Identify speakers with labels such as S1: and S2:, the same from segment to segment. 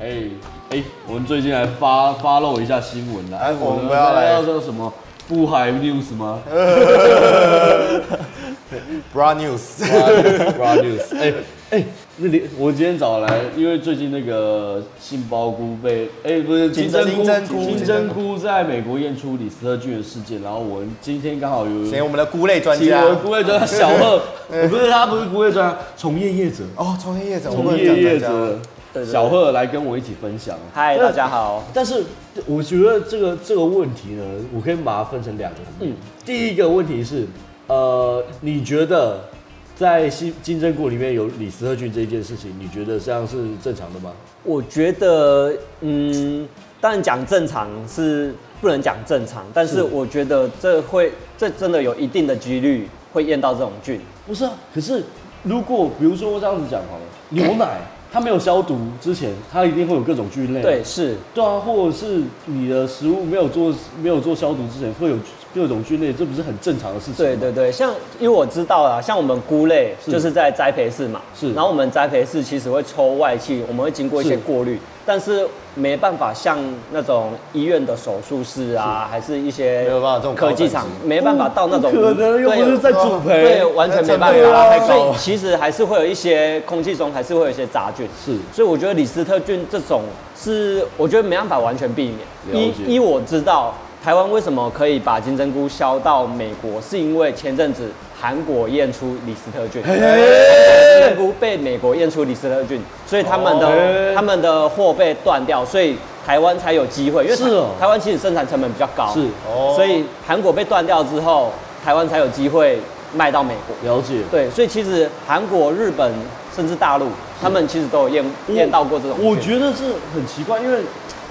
S1: 哎、哎、我们最近来发发漏一下新闻啦。
S2: 哎我们不要来呃
S1: 要说什么不海 news 吗
S2: Bra News，
S1: ？Bra news。哎哎，那里我今天早来，因为最近那个杏鲍菇被哎、不是金
S2: 金针
S1: 针
S2: 金针菇
S1: 金针菇在美国验出李斯特菌的事件，然后我们今天刚好有
S2: 请我们的菇类专
S1: 请
S2: 家
S1: 我们菇类 专家小贺，不是他不是菇类专家，从业业者，
S2: 哦，从业业者，我
S1: 从
S2: 们
S1: 业业
S2: 讲专
S1: 者
S3: 对对对
S1: 小贺来跟我一起分享。
S3: 嗨，
S1: 那
S3: 大家好。
S1: 但是我觉得这个这个问题呢，我可以把它分成两个层
S3: 嗯
S1: 面。第一个问题是，呃，你觉得在新金针菇里面有李斯特菌这一件事情，你觉得这样是正常的吗？
S3: 我觉得，嗯，当然讲正常是不能讲正常，但
S1: 是
S3: 是我觉得这会，这真的有一定的几率会验到这种菌。
S1: 不是啊，可是如果比如说我这样子讲好了，牛奶它没有消毒之前，它一定会有各种菌类。
S3: 对，是，
S1: 对啊，或者是你的食物没有做没有做消毒之前，会有各种菌类，这不是很正常的事情吗？
S3: 对对对，像因为我知道啦，像我们菇类
S1: 是
S3: 就是在栽培室嘛，
S1: 是
S3: 然后我们栽培室其实会抽外气，我们会经过一些
S1: 是
S3: 过滤，但是没办法像那种医院的手术室啊，还是一些
S2: 没有办法这种高
S3: 科技厂，没办法到那种
S1: 不可能又不
S3: 对
S1: 是在主培，
S3: 对，完全没办
S2: 对
S3: 法，
S2: 啊
S3: 太所以其实还是会有一些空气中还是会有一些杂菌。
S1: 是
S3: 所以我觉得李斯特菌这种是我觉得没办法完全避免。
S1: 了
S3: 依
S1: 解
S3: 依我知道，台湾为什么可以把金针菇销到美国，是因为前阵子韩国验出李斯特菌。金针菇被美国验出李斯特菌，所以他们的、
S1: 哦嘿
S3: 他们的货被断掉，所以台湾才有机会，因为台
S1: 是哦
S3: 台湾其实生产成本比较高，
S1: 是
S2: 哦
S3: 所以韩国被断掉之后，台湾才有机会卖到美国。
S1: 了解。
S3: 对，所以其实韩国、日本甚至大陆，他们其实都有验
S1: 我
S3: 验到过这种菌。
S1: 我觉得是很奇怪，因为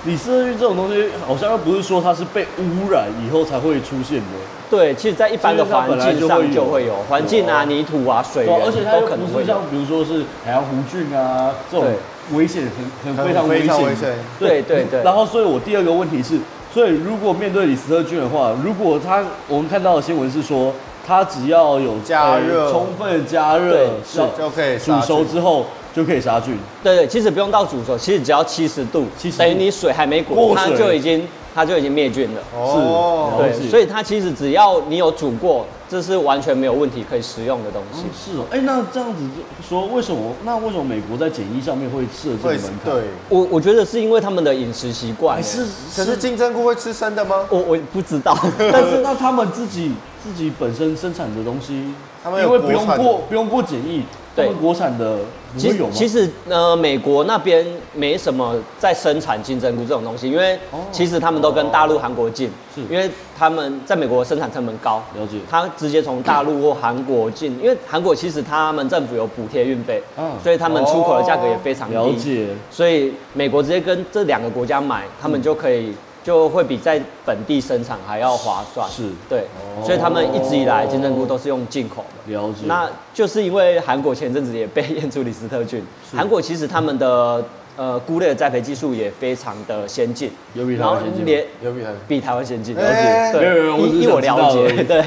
S1: 李斯特菌这种东西，好像又不是说它是被污染以后才会出现的，
S3: 对，其实，在一般的环境上就会有环境啊、
S1: 有
S3: 泥土啊、水
S1: 对
S3: 源
S1: 啊，而且它
S3: 都
S1: 又
S3: 可能
S1: 不
S3: 会
S1: 是
S3: 有
S1: 像。比如说是海洋弧菌啊这种危险很很
S2: 很
S1: 非常危
S2: 非常危
S1: 险
S2: 险
S1: 的。
S3: 对对对
S1: 然后，所以我第二个问题是，所以如果面对李斯特菌的话，如果它我们看到的新闻是说，它只要有
S2: 加热
S1: 呃充分加
S3: 对
S1: 热，
S3: 是
S1: 要
S2: 就可以
S1: 煮
S2: 杀
S1: 熟
S2: 菌
S1: 之后就可以杀菌。
S3: 对对，其实不用到煮熟，其实只要七十度
S1: 70，
S3: 等于你水还没
S1: 过
S3: 滚，它
S1: 水
S3: 就已经它就已经灭菌了。
S2: 哦，
S1: 了
S3: 对
S1: 解，
S3: 所以它其实只要你有煮过，这是完全没有问题可以食用的东西。
S1: 是哦，哎、那这样子就说，为什么？那为什么美国在检疫上面会设这个
S2: 会
S1: 门槛？
S2: 对，，
S3: 我我觉得是因为他们的饮食习惯
S1: 还
S3: 欸，
S1: 是
S2: 可是金针菇会吃生的吗？
S3: 我我不知 道，
S1: 但是那他们自己自己本身生产的东西，
S2: 他们有
S1: 因为不用
S2: 国产的
S1: 过不用过检疫，他
S3: 对
S1: 们国产的不
S3: 其
S1: 会
S3: 实
S1: 有吗？
S3: 其实呃，美国那边没什么在生产金针菇这种东西，因为其实他们都跟大陆、韩国进，
S1: 哦是
S3: 因为他们在美国生产成本高，
S1: 了解
S3: 他直接从大陆或韩国进，因为韩国其实他们政府有补贴运费，
S1: 啊
S3: 所以他们出口的价格也非常低，
S1: 哦了解，
S3: 所以美国直接跟这两个国家买，他
S1: 嗯
S3: 们就可以。就会比在本地生产还要划算，
S1: 是哦
S3: 对，所以他们一直以来金针菇都是用进口的。
S1: 了解。
S3: 那就是因为韩国前阵子也被验出李斯特菌，韩国其实他们的呃菇类的栽培技术也非常的先进，
S1: 有比台
S3: 然
S1: 湾
S3: 后
S1: 先进吗
S3: 连
S2: 有比他
S3: 比台湾先进，
S2: 了解
S1: 没有没有
S3: 对，
S1: 没有我只是
S3: 依依我
S1: 想
S3: 了
S1: 知道而已
S3: 解，对，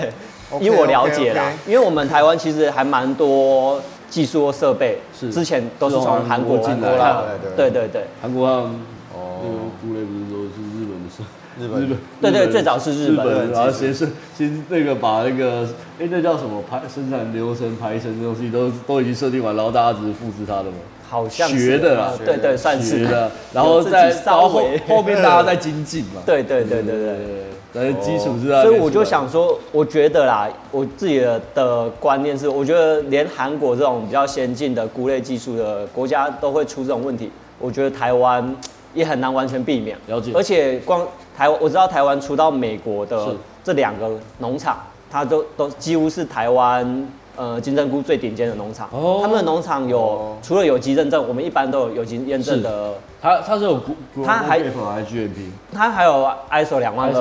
S2: OK，
S3: 依我了解啦
S2: OK，OK，
S3: 因为我们台湾其实还蛮多技术或设备
S1: 是，
S3: 之前都是从韩国进来
S1: 是从韩
S2: 国进来，
S3: 的
S2: 的
S3: 对对对。
S1: 韩国他们那个
S2: 哦，
S1: 菇类不是说是日本的事。
S2: 日本
S3: 对对
S1: 日本
S3: 最早是日本
S1: 然后先是先那个把那个哎那叫什么排生产流程排程的东西都都已经设定完，然后大家只是复制它的嘛。
S3: 好像是
S1: 学的啦
S3: 嗯对对，算是
S1: 学的，然后再
S3: 自
S1: 然
S3: 己稍
S1: 后后
S3: 微
S1: 后面大家在精进嘛。
S3: 对对对对对。
S1: 对，但是基础是在那边出来的。
S3: 所以我就想说，我觉得啦，我自己的的观念是，我觉得连韩国这种比较先进的菇类技术的国家都会出这种问题，我觉得台湾也很难完全避免。
S1: 了解
S3: 而且光台湾，我知道台湾出到美国
S1: 是
S3: 的这两个农场，它都都几乎是台湾。呃，金针菇最顶尖的农场，
S1: 哦
S3: 他们的农场有、
S2: 哦
S3: 除了有机认证，我们一般都有有机验证的，
S1: 他他是有国
S3: 他
S1: 还
S3: 还
S1: GMP，
S3: 它还有 ISO 两万
S1: ISO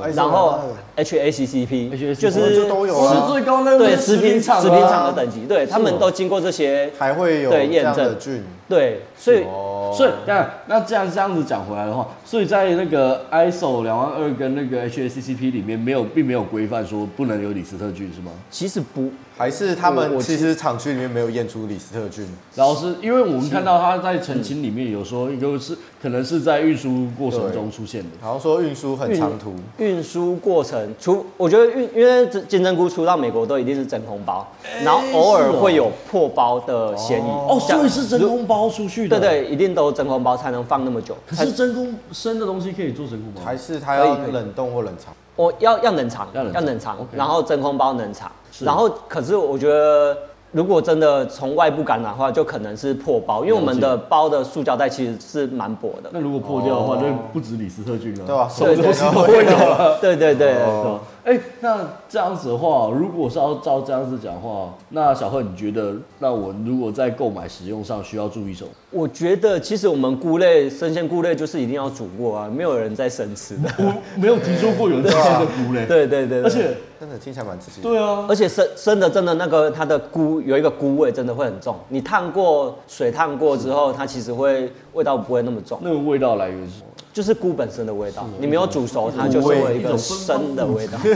S3: 二，
S1: 22,000
S3: 然后 HACCP，
S1: HACCP
S3: 就
S2: 哦
S3: 是
S2: 这都有啊
S1: 最高那个
S3: 对
S1: 是
S3: 食品
S1: 啊
S3: 食品厂的等级，对他们
S1: 哦
S3: 都经过这些，
S2: 还会有
S3: 对
S2: 这样
S3: 验
S2: 的
S3: 证
S2: 菌
S3: 对，所以
S2: 哦，
S1: 所以那那这样这样子讲回来的话，所以在那个 ISO 两万二跟那个 HACCP 里面没有并没有规范说不能有李斯特菌是吗？
S3: 其实不
S2: 还是他们
S3: 我我
S2: 其实厂区里面没有验出李斯特菌？
S1: 老师，因为我们看到他在澄清里面有说，有是可能是在运输过程中出现的。
S2: 好像说运输很
S3: 运
S2: 长途，
S3: 运输过程，除我觉得运，因为这金针菇出到美国都一定是真空包，然后偶尔会有破包的嫌疑。
S1: 哎哦，
S3: 像
S1: 所以是真空包出去的。
S3: 对。对，一定都真空包才能放那么久。
S1: 可是真空生的东西可以做真空包吗
S2: 还？是他要
S3: 可以可以
S2: 冷冻或冷藏？
S3: 我要要冷藏，
S1: 要冷藏 OK
S3: 然后真空包冷藏，
S1: 是
S3: 然后可是我觉得。如果真的从外部感染的话，就可能是破包，因为我们的包的塑胶袋其实是蛮薄的。
S1: 那如果破掉的话，那不止李斯特啊菌了，
S2: 哦对啊吧
S1: 什么东西都会
S2: 对
S1: 有了。
S3: 对对对，
S1: 哦哎、那这样子的话，如果是要照这样子讲话，那小贺，你觉得，那我如果在购买使用上需要注意什 么？
S3: 我觉得其实我们菇类生鲜菇类就是一定要煮过啊，没有人在生吃 的。
S1: 我没有听说过有人吃这个菇嘞，
S3: 对对对，对
S1: 而且
S2: 真的听起来蛮刺激。
S1: 对啊，
S3: 而且生生的真的那个它的菇有一个菇味，真的会很重。你烫过水烫过之后，它其实会味道不会那么重，
S1: 那个味道来源是什么？
S3: 就是菇本身的味道。你没有煮熟，它就是
S2: 味
S3: 会有一
S1: 一
S3: 个
S1: 种
S3: 生的味道。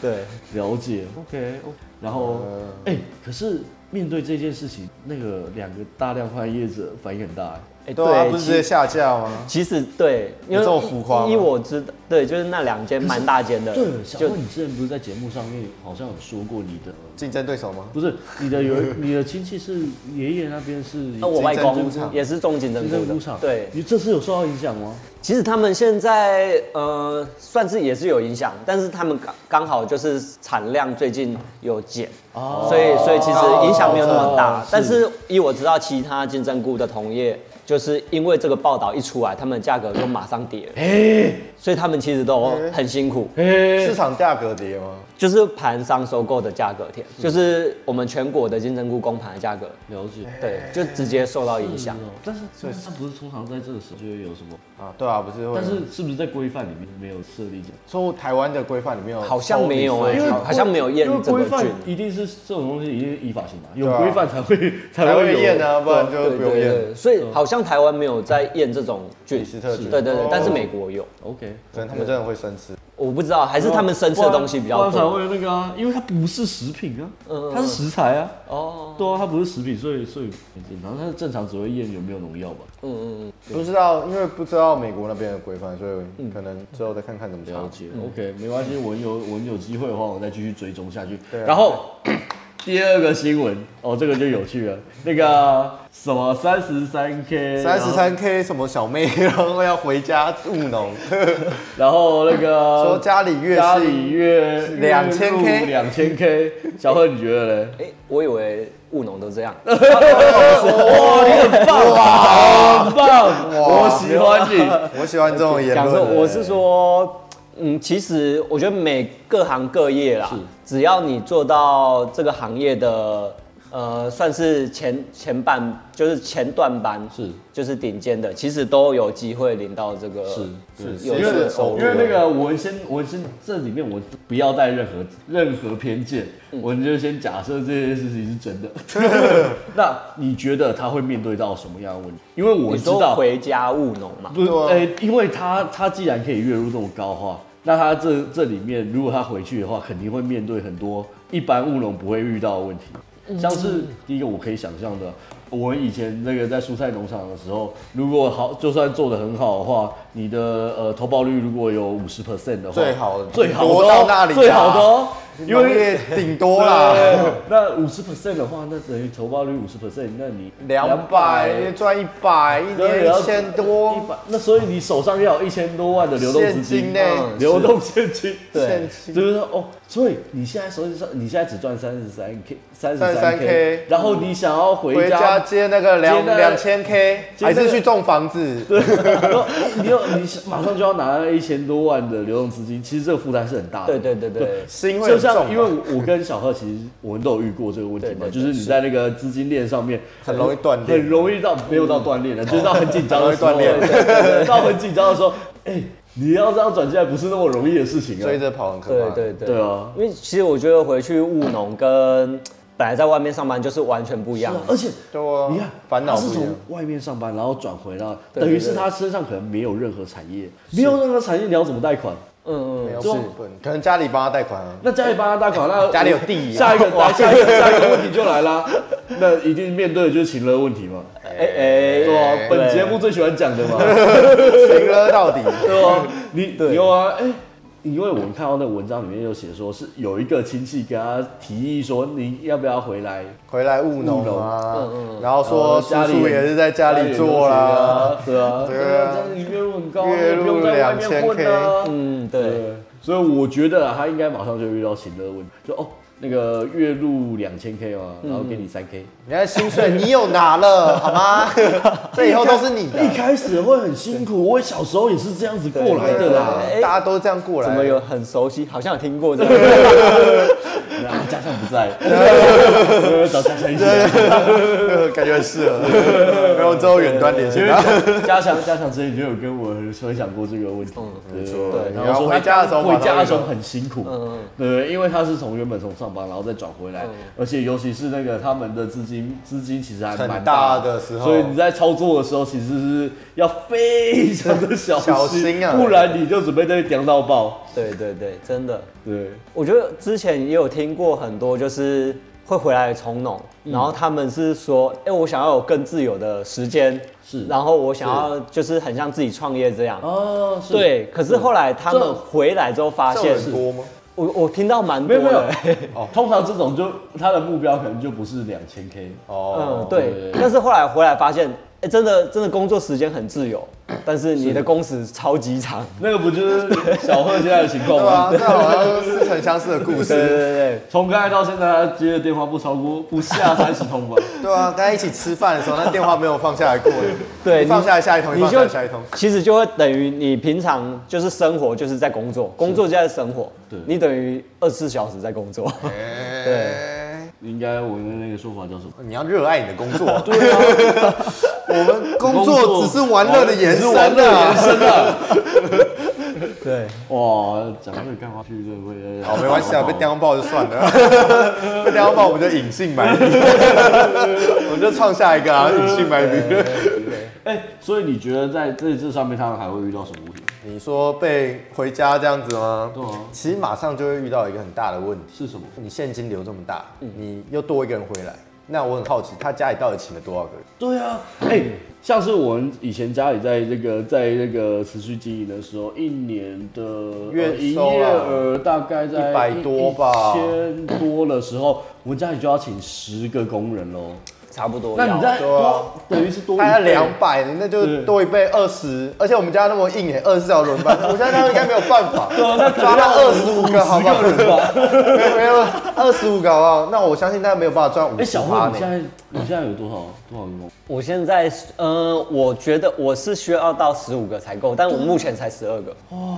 S3: 对，
S1: 了解，OK，然后，
S2: 呃
S1: 哎、可是面对这件事情，那个两个大量翻译业者反应很大、哎
S3: 哎
S2: 对啊，不是
S3: 其
S2: 直接下架吗？
S3: 其实对，因
S2: 有
S3: 为
S2: 这么浮夸吗
S3: 依我知道，对，就是那两间蛮大间的，
S1: 对，小贺，你之前不是在节目上面好像有说过你的，
S2: 竞争对手吗？
S1: 不是你的有 你的亲戚是爷爷那边是，
S3: 那我外
S2: 金针菇
S3: 公
S2: 厂
S3: 也是种金针
S1: 金
S3: 菇
S1: 针
S3: 的，
S1: 菇厂，
S3: 对，
S1: 你这次有受到影响吗？
S3: 其实他们现在呃算是也是有影响，但是他们刚刚好就是产量最近有减，
S1: 哦
S3: 所以所以其实影响没有那么大。
S1: 哦
S3: 但是以我知道其他金针菇的同业，就是因为这个报道一出来，他们的价格就马上跌了，
S1: 哎
S3: 所以他们其实都很辛苦，
S1: 哎
S2: 市，场价格跌吗？
S3: 就是盘商收购的价格贴，就是我们全国的金针菇公盘的价格，
S1: 了解。
S3: 对，就直接受到影响。
S1: 但是他不是通常在这个时候就会有什么？
S2: 啊，对啊，不是会。
S1: 但是是不是在规范里面没有设立这个？
S2: 说台湾的规范里面有，
S3: 好像没有哎、
S1: 因为
S3: 好像没有验
S1: 因为
S3: 这个
S1: 规范
S3: 菌。
S1: 一定是这种东西一定是依法性嘛，有
S2: 对啊
S1: 规范才会
S2: 才
S1: 会
S2: 会
S1: 有
S2: 验啊，不然就
S3: 对
S2: 不用
S3: 对
S2: 验。
S3: 对，所
S1: 嗯
S3: 以好像台湾没有在验这种菌，
S2: 李斯特菌
S3: 对对对
S2: 哦，
S3: 但是美国有，
S1: OK，
S2: 可能他们真的会生吃。
S3: 我不知道，还是他们生吃的东西比较
S1: 不然才
S3: 多。
S1: 会那个啊，因为它不是食品啊
S3: 嗯嗯，嗯
S1: 它是食材啊。
S3: 哦，
S1: 对啊，它不是食品，所以所以很正常。它正常只会验有没有农药吧？
S3: 嗯嗯嗯，
S2: 不知道，因为不知道美国那边的规范，所以可能之后再看看怎么
S1: 了
S2: 查。嗯
S1: 解、o k 没关系，我有我有机会的话，我再继续追踪下去。
S2: 对啊
S1: 然后 第二个新闻，哦，这个就有趣了，那个啊什么三十三 K，
S2: 三十，三 K 什么小妹，然后要回家 务农，
S1: 然后那
S2: 说
S1: 个
S2: 家里月
S1: 家里
S2: 薪
S1: 月
S2: 2000 K
S1: 两千 K，小贺你觉得嘞？
S3: 哎，我以为务农都这样，
S1: 哦，你很棒
S2: 哦
S1: 哇，很棒，我喜欢你。
S2: 我喜欢这种言
S3: 讲
S2: 论
S3: 说
S2: 欸。
S3: 我是说。嗯，其实我觉得每各行各业啦
S1: 是，
S3: 只要你做到这个行业的，呃，算是前前半就是前段班，
S1: 是
S3: 就是顶尖的，其实都有机会领到这个
S1: 是
S3: 有
S1: 因
S3: 这
S1: 为
S3: 个收入
S1: 因。为那个我先我先这里面我不要带任何任何偏见，
S3: 嗯
S1: 我就先假设这件事情是真的。 那你觉得他会面对到什么样的问题？因为我
S3: 你
S1: 知
S3: 说
S1: 道，
S3: 回家务农嘛，
S1: 不是
S2: 对啊
S1: 呃，因为他他既然可以月入这么高的话，那他这这里面如果他回去的话，肯定会面对很多一般务农不会遇到的问题，
S2: 嗯
S1: 像是第一个我可以想象的。我以前那个在蔬菜农场的时候，如果好，就算做的很好的话，你的呃投报率如果有五十 percent 的话，
S2: 最好
S1: 最好的
S2: 多
S1: 哦
S2: 到那里啊
S1: 最好的哦，因
S2: 农
S1: 为
S2: 业顶多啦，
S1: 对那五十 percent 的话，那等于投报率五十 percent，那你
S2: 两百赚一百，一
S1: 对
S2: 年一千
S1: 一
S2: 多，
S1: 百，那所以你手上要有一千多万的流动资
S2: 现
S1: 金
S2: 金呢？
S3: 嗯
S1: 流动现金，
S2: 现
S1: 就
S2: 金
S1: 是说哦，所以你现在手上，你现在只赚三十三 k，三十三
S2: 33K
S1: k，然后你想要回
S2: 回
S1: 家，
S2: 家接那个
S1: 接
S2: 两
S1: 那
S2: 两千 K，
S1: 接那
S2: 还
S1: 个
S2: 是去种房子？
S1: 然后 你又你马上就要拿一千多万的流动资金，其实这个负担是很大的。
S3: 对对对对，
S2: 心会
S1: 就
S2: 很重
S1: 像
S2: 吧，
S1: 因为我跟小贺其实我们都有遇过这个问题嘛，
S3: 对对对
S1: 就是你在那个资金链上面
S2: 很容易断裂嗯
S1: 很容易到没有到断裂的，就是到很紧张的时候，
S2: 很容易断裂
S1: 对对对到很紧张的时候，哎，你要这样转进来不是那么容易的事情啊。
S2: 追着跑很可
S3: 对
S2: 怕。
S3: 对对，
S1: 对啊
S3: 因为其实我觉得回去务农跟本来在外面上班就是完全不一样
S1: 是啊，而且
S2: 对啊，
S1: 你看，
S2: 烦恼
S1: 他是
S2: 不一
S1: 从
S2: 样。
S1: 外面上班，然后转回来，
S3: 对对
S1: 等于是他身上可能没有任何产业，没有任何产业，你要怎么贷款？
S3: 嗯
S2: 没有本本，可能家里帮他贷款啊。
S1: 那家里帮他打款，那
S2: 家里有地啊
S1: 下 一个来，下一个下一个问题就来啦。那一定面对的就是情勒问题嘛，
S3: 哎哎，
S1: 对啊，
S2: 哎
S1: 本节目最喜欢讲的嘛，
S2: 情勒到底，
S1: 对啊，你有啊，哎、因为我们看到那个文章里面有写说，是有一个亲戚跟他提议说，你要不要回来？
S2: 回来务
S1: 务农
S2: 农啊
S3: 嗯，
S2: 然后说叔
S1: 哦家里
S2: 叔也是在家里做啦，，
S1: 啊对啊，
S2: 对啊
S1: 这样你月入很高，
S2: 月
S1: 你也
S2: 入
S1: 不用在外面混啊
S2: 2000K。
S3: 嗯，对，
S1: 对，所以我觉得啊，他应该马上就遇到情乐问题，就哦，那个月入两千 K 嘛，然后给你三 K，、
S2: 你看薪水你有拿了好吗？这以后都是你的
S1: 一，开始会很辛苦，我小时候也是这样子过来的啦。
S3: 对对对
S2: 大家都这样过来。
S3: 怎么有很熟悉？好像有听过这个。
S1: 啊，家乡不在，呃找家乡一起来。
S2: 感觉很适合，然后之后远端啊联系
S1: 因为
S2: 他。
S1: 家强家强之前就有跟我分享过这个问题，对
S2: 嗯没错
S1: 对，
S2: 你
S1: 然后
S2: 要
S1: 说
S2: 回家的时候
S1: 回
S2: 把它
S1: 家的时候
S2: 弄
S1: 很辛苦，
S3: 嗯
S1: 对，因为他是从原本从上班，然后再转回
S2: 嗯
S1: 来，而且尤其是那个他们的资金资金其实还蛮
S2: 很
S1: 大
S2: 大的时候
S1: 所以你在操作的时候其实是要非常的小
S2: 小心啊
S1: 不然你就准备被屌到爆，
S3: 对对对，真的。
S1: 对，
S3: 我觉得之前也有听过很多，就是会回来从农，然后他们是说，哎、我想要有更自由的时间，
S1: 是
S3: 然后我想要就是很像自己创业这样。
S1: 哦，是，
S3: 对，可是后来他
S1: 这
S3: 们回来之后发
S2: 这
S3: 现，
S2: 很多吗？
S3: 我我听到蛮
S1: 没
S3: 多
S1: 有没有
S3: 的，
S1: 哦，通常这种就他的目标可能就不是两千 K，
S2: 哦
S3: 嗯，，对。但是后来回来发现，哎、真的真的工作时间很自由，但是你的工时超级长。
S1: 那个不就是小贺现在的情况
S2: 对啊
S1: 吗
S2: 吧？？这好像似曾相识的故
S3: 对对
S2: 事。
S3: 对对，
S1: 从刚才到现在，他接的电话不超过不下三十通吧？
S2: 对啊，刚才一起吃饭的时候，那电话没有放下来过。
S3: 对，
S2: 一
S3: 你
S2: 放下来下一通，一
S3: 你
S2: 放下
S3: 就
S2: 来下 一通。
S3: 其实就会等于你平常就是生活就是在工作，工作就在生活，
S1: 对
S3: 你等于二十四小时在工作。
S2: 对，
S1: 应该我们的那个说法叫什么？
S2: 哎你要热爱你的工作。对啊， 我们工作只是玩乐的延
S1: 只是玩
S2: 伸
S1: 乐的
S2: 啊
S1: 延。伸啊！
S3: 对，
S1: 哇，讲这个干话去，这个会
S2: 好，没 关系啊，被电，风暴就算了， 被电风暴我们就隐性买笔，我们就创下一个啊，隐性买笔。
S1: 哎，所以你觉得在这这上面，他们还会遇到什么问题？
S2: 你说被回家这样子吗？
S1: 对啊
S2: 其实马上就会遇到一个很大的问题，
S1: 是什么？
S2: 你现金流这么大，你又多一个人回来，那我很好奇，他家里到底请了多少个人？
S1: 对啊，哎、像是我们以前家里在这个在那个持续经营的时候，一年的呃
S2: 月
S1: 营
S2: 收啊
S1: 业额大概在
S2: 100多吧
S1: 千多的时候，我们家里就要请十个工人喽。
S3: 差不多
S1: 那你在
S2: 对啊
S1: 多等于是多一
S2: 大概
S1: 倍
S2: 两百，那就多一倍二十，而且我们家那么硬哎，二十四小时轮班， 我相信他们应该没有办法，
S1: 啊
S2: 抓到二十五个好不好？没有没有二十五个好不好？那我相信大家没有办法赚五
S1: 哎，
S2: 十
S1: 小慧，
S2: 趴
S1: 你现
S2: 呢。
S1: 在你现在有多少多少个工？
S3: 我现在呃，我觉得我是需要到十五个才够，但我目前才十二个。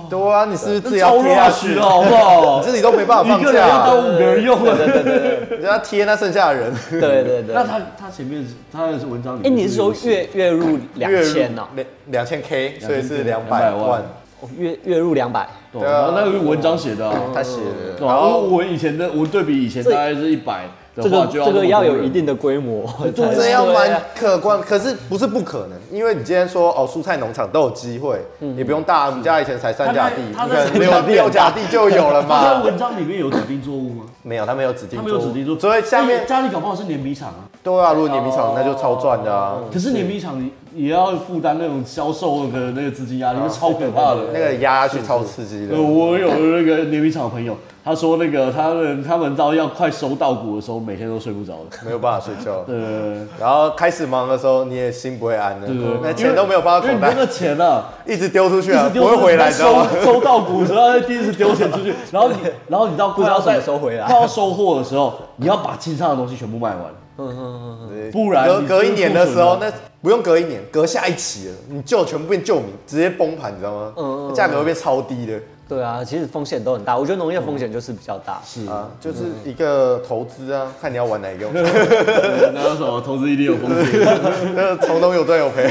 S2: 对啊，你是不是自己要贴下去？
S1: 了，哦好不
S2: 你
S1: 好？
S2: 自己都没办法
S1: 一
S2: 放
S1: 个人要当
S2: 假，
S1: 五个人用
S3: 对
S1: 了。
S3: 对对对
S2: 你要贴那剩下的人。
S3: 对对对对。
S1: 那他他前面是他的文章里面，
S3: 哎，你是说月月入两千哦呢？
S2: 两两千 K，所以是两
S1: K，
S2: 百
S1: 200万
S2: 万。
S3: 哦月月入两百，
S1: 对
S2: 对
S1: 啊？
S2: 啊
S1: 然后那个是文章写的啊，
S2: 他写的，
S1: 对
S2: 然
S1: 啊，
S2: 后
S1: 我以前的我对比以前大
S3: 这
S1: 概是一百的
S3: 这
S1: 话，
S3: 个
S1: 就
S3: 这个
S1: 要那
S3: 要
S1: 么多
S3: 有
S1: 人
S3: 一定的规模
S1: 哎对
S3: 才。
S2: 这样
S3: 对啊
S2: 蛮可观，可是不是不可能，因为你今天说哦，蔬菜农场都有机会，你不用大，我们家以前才三甲地，你
S1: 嗯他
S2: 可
S1: 在
S2: 能六六甲 地就有了
S1: 他在
S2: 嘛。
S1: 文章里面有指定作物吗？
S2: 没有，他没有指定
S1: 他
S2: 做，
S1: 没有指定作物，
S2: 所以下
S1: 哎
S2: 面
S1: 家里搞不好是碾米厂啊。
S2: 对啊，如果碾米厂那就超赚的啊，
S1: 可是碾米厂也要负担那种销售的那个资金压力，啊那超可怕的。
S2: 那个压下去超刺激的
S1: 呃，。我有那个碾米厂的朋友，他说那个他们他们到要快收稻谷的时候，每天都睡不着的。
S2: 没有办法睡觉，
S1: 呃，
S2: 然后开始忙的时候你也心不会安的
S1: 对对，，
S2: 那钱都没有放
S1: 因
S2: 到
S1: 为
S2: 口
S1: 你那
S2: 袋，
S1: 个钱啊，
S2: 一直丢出去
S1: 一
S2: 啊
S1: 直，
S2: 不
S1: 丢
S2: 会回来，
S1: 你
S2: 你知
S1: 收
S2: 道吗？
S1: 收 稻谷的时候，第一次丢钱出去， 然后你然后你到不
S3: 知道什么时候回 来
S1: 快要收货的时候，你要把清仓的东西全部卖完。不然
S2: 隔
S1: 你
S2: 隔一年的时候，
S1: 就是
S2: 那不用隔一年，隔下一期了，你就全部变旧名，直接崩盘，你知道吗？
S3: 嗯嗯
S2: 价格会变超低的
S3: 对啊，其实风险都很大，我觉得农业风险就是比较大。
S1: 是啊，
S2: 啊，就是一个投资啊，看你要玩哪 一个，
S1: 那有什么投资一定有风险，
S2: 那从中有赚有赔。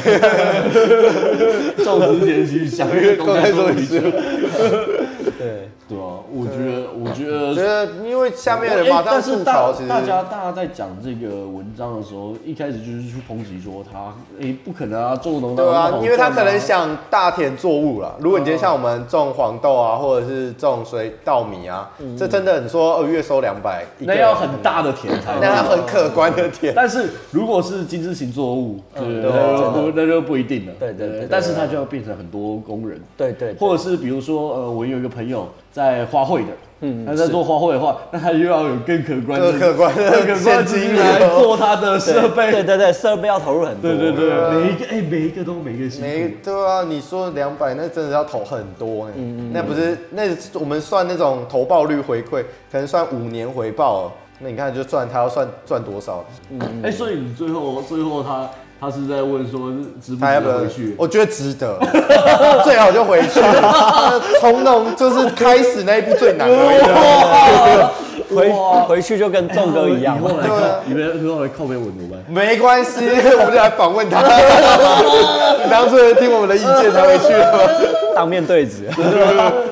S1: 种植前期想一个公开说一句。对对啊，我觉得我觉得
S2: 我觉得因为下面的人
S1: 哎
S2: 啊马上
S1: 但是
S2: 吐
S1: 大
S2: 槽，其实
S1: 大家大家在讲这个文章的时候，一开始就是去抨击说他，哎、不可能啊，种农
S2: 对啊，因为他
S1: 他
S2: 可能想大田作物啦。如果你今天像我们种黄豆啊，或者是种水稻米啊，这真的你说呃月收两百，
S1: 嗯那要很，大的田才，
S2: 那要很可观的田。
S1: 但是如果是金枝型作物，对
S3: 对
S1: 那
S3: 真
S1: 就
S3: 的
S1: 不那就不一定了。
S3: 对对对对
S1: 但是他就要变成很多工人，
S3: 对对
S1: 或者是比如说，呃，我有一个朋友在花卉的，嗯，他在做花卉的话，那他又要有更可观的、
S2: 更可观的
S1: 更可观的
S2: 现金
S1: 资金
S2: 流
S1: 来做他的设备。
S3: 对对对，设备要投入很多。
S1: 对对对
S2: 对啊
S1: 每一个哎、每一个都每一个辛
S2: 没
S1: 苦。
S2: 对啊，你说两百那真的要投很多
S1: 嗯
S2: 呢、那不是那我们算那种投报率回馈，可能算五年回报哦。那你看就算他要算赚多少，
S1: 哎、所以你最后最后他他是在问说值不
S2: 他要
S1: 值
S2: 不
S1: 得
S2: 要哦
S1: 回去？
S2: 我觉得值得， 最好就回去。从农就是开始那一步最难而已。啊
S3: 回回去就跟仲哥一样
S1: 以。后来
S2: 对啊
S1: 靠，你们以后来靠边稳怎么办？
S2: 没关系， 我们就来访 问他。你当初有听我们的意见才回去了。
S3: 当面 对质。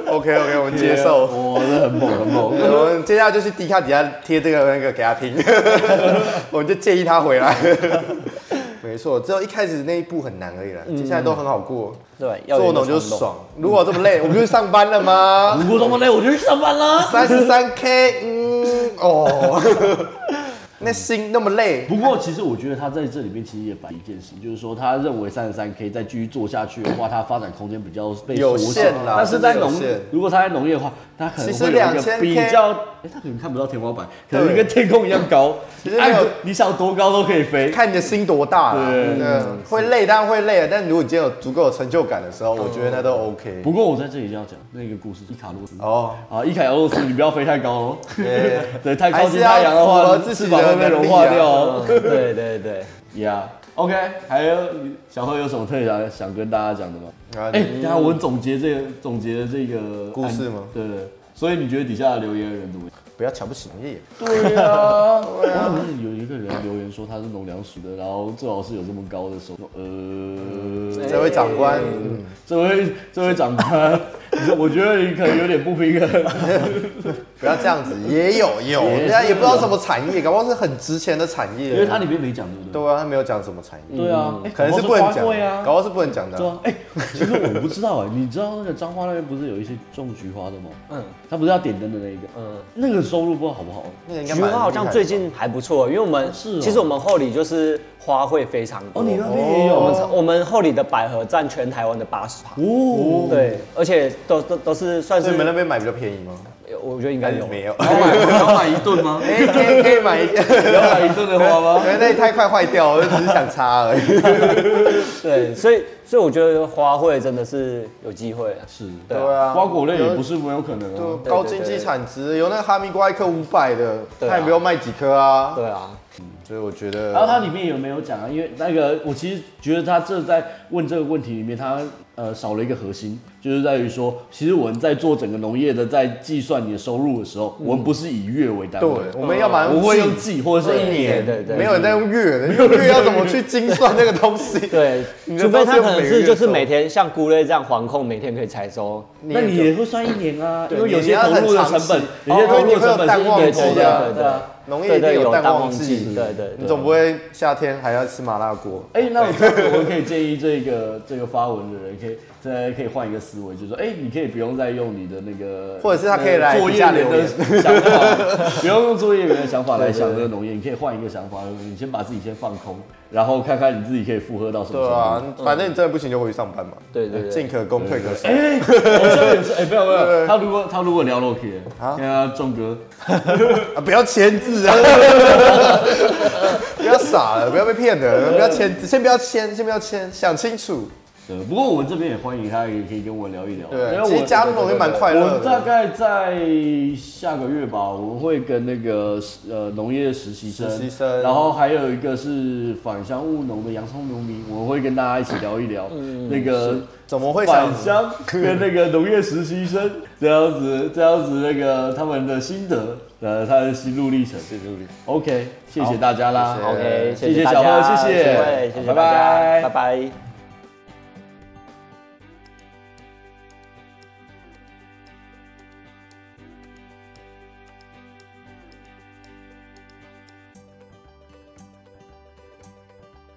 S2: OK OK，我们接受。
S1: 哇，这很猛很 猛。
S2: 我们接下来就是迪卡底下贴这个那个给他 听，我们就建议他回来。没错，只有一开始那一步很难而已啦，接下来都很好过。
S3: 对，嗯要有
S2: 做
S3: 一个
S2: 农就是
S3: 冲动。
S2: 爽，如果这么累，我不就去上班了吗？
S1: 如果这么累，我就去上班啦。
S2: 三十三 K，嗯，哦， 那心那么累，
S1: 不过，其实我觉得他在这里面其实也反映一件事，就是说他认为三十三 K 再继续做下去的话，他发展空间比较被
S2: 有
S1: 缩
S2: 限啦
S1: 但是在
S2: 真的有
S1: 农
S2: 限，
S1: 如果他在农业的话，他可能
S2: 其
S1: 会
S2: 实
S1: 有一个
S2: 2000K
S1: 比较，哎，他可能看不到天花板，可能
S2: 对
S1: 跟天空一样高
S2: 其实，没
S1: 哎
S2: 有，
S1: 你想多高都可以飞。
S2: 看你的心多大啦。
S1: 对
S2: 嗯，会累，当然会累啊。但如果你今天有足够的成就感的时
S3: 哦
S2: 候，我觉得那都 OK。
S1: 不过我在这里就要讲那个故事，伊卡洛斯。
S2: 哦，
S1: 啊，伊凯俄罗斯，你不要飞太高哦。
S3: 哎
S2: 对
S1: 对，太
S2: 还
S1: 靠
S2: 是
S1: 近太阳的
S2: 要符合
S1: 话，
S2: 自己
S1: 翅膀
S2: 的
S1: 会被
S2: 能力
S1: 融化
S2: 啊
S1: 掉哦
S3: 嗯。对对对，
S1: Yeah，OK，、还有你小何有什么特别想想跟大家讲的吗？
S2: 啊
S1: 哎、等一下我总结这个总结这个
S2: 故事
S1: 案
S2: 吗
S1: 对对。所以你觉得底下的留言的人怎么样？
S2: 不要瞧不起农业。
S1: 对啊，对啊。有一个人留言说他是农粮署的，然后最好是有这么高的收入。呃，
S2: 这位长官，嗯
S1: 这位这位长官，我觉得你可能有点不平衡。
S2: 不要这样子，也有有，
S1: 也是
S2: 人家也不知道什么产业，搞不好是很值钱的产业。
S1: 因为它里面没讲，对不对？
S2: 对啊，他没有讲什么产业，
S1: 对啊，哎
S2: 可能是不能
S1: 搞好花卉
S2: 讲，搞
S1: 啊。
S2: 不好是不能讲的
S1: 对
S2: 啊。
S1: 啊，哎、其实我不知道哎、你知道那个彰化那边不是有一些种菊花的吗？
S3: 嗯
S1: 他不是要点灯的那一个，
S3: 嗯。
S1: 那个收入不知道好不好？
S2: 那个应该
S3: 菊
S2: 蛮厉害
S3: 花
S2: 的
S3: 好像最近还不错，因为我们
S1: 是哦
S3: 其实我们后里就是花卉非常多。
S1: 哦，你那边也有
S2: 哦
S1: 我
S3: 我
S1: 们
S3: 们我们后里的百合占全台湾的八十趴。
S1: 哦，
S3: 对，而且都都都是算
S2: 所以
S3: 是
S2: 你，们那边买比较便宜吗？
S3: 我觉得应该有。
S2: 没有，
S1: 要买要哦买一顿 吗？
S2: 哎， 可以可以买一个，
S1: 要买一顿的花吗
S2: 因？为那太快坏掉了，我就只是想擦而已。
S3: 对，所以所以我觉得花卉真的是有机会啊。
S1: 是，
S3: 对
S2: 对啊，
S1: 瓜果类也不是没有可能
S2: 就
S1: 啊。
S2: 高经济产值，有那个哈密瓜一颗五百的，
S3: 对啊
S2: 他也不用卖几颗啊。
S3: 对啊，
S2: 所以我觉
S1: 然后它
S2: 得，
S1: 里面有没有讲啊？因为那个，我其实觉得他这在问这个问题里面，他呃少了一个核心，就是在于说，其实我们在做整个农业的，在计算你的收入的时候，我们不是以月为单
S2: 嗯对
S1: 位，哦
S2: 我们要么
S1: 我会用季或者是一
S3: 对
S1: 年。
S3: 对对，
S2: 没有人在用月的，用月要怎么去精算那个东西？
S3: 对，
S2: 你
S3: 除
S2: 的都
S3: 非他
S2: 是用
S3: 可能
S2: 每个
S3: 是
S2: 月
S3: 就是
S2: 收
S3: 每天像菇类这样环控，每天可以采收。
S1: 那你也会算一年啊，
S2: 对
S1: 因为有些投入的成本，
S2: 你
S1: 有
S2: 也
S1: 些
S2: 要
S1: 投
S2: 很
S1: 入的成
S2: 长
S1: 本
S2: 视
S1: 是一年
S2: 哦因为你会有淡旺
S1: 期
S2: 季啊
S1: 的，对啊。
S2: 农业
S3: 对
S2: 一定
S3: 对，有
S2: 淡
S3: 淡
S2: 旺
S3: 旺
S2: 季，
S3: 季，对对
S2: 你
S3: 对。
S2: 总不会夏天还要吃麻辣锅？
S1: 哎、那我这样子我可以建议这个这个发文的人，可以再可以换一个思维，就是说，哎、你可以不用再用你的那个，
S2: 或者是他可以来
S1: 那个作
S2: 底
S1: 业
S2: 下
S1: 员
S2: 留言
S1: 的想法，不用用作业员的想法来想这个农业，你可以换一个想法，你先把自己先放空，然后看看你自己可以负荷到什么
S2: 对
S1: 程
S2: 啊
S1: 度。，
S2: 反正你真的不行就回去上班嘛。
S3: 嗯对对对
S2: 进可攻，退可守。
S1: 哎、我这也是，哎、没有没
S2: 对
S1: 有，他如果他如果聊 l o k
S2: 啊
S1: 跟他仲哥，
S2: 啊，不要签字啊！ 不要傻了，不要被骗的，不要签字，先不要签，先不要签，想清楚。
S1: 对，不过我们这边也欢迎他，也可以跟我聊一聊。
S2: 对，其实加入农业蛮快乐
S1: 我大
S2: 的。
S1: 概在下个月吧，我们会跟那个呃农业实习生，
S2: 实习生
S1: 然后还有一个是返乡务农的洋葱农民，我们会跟大家一起聊一聊那个
S2: 怎么会想
S1: 返？乡跟那个农业实习生这样子，这样子那个他们的心得，呃，他的心路历程。
S2: 谢谢助理
S1: OK，谢谢大家啦，
S2: 谢
S1: 好
S3: OK，
S1: 谢谢
S3: 大
S1: 小
S3: 家
S1: 贺谢谢
S3: 谢谢谢谢
S1: 拜
S3: 大
S1: 拜
S3: 家拜拜。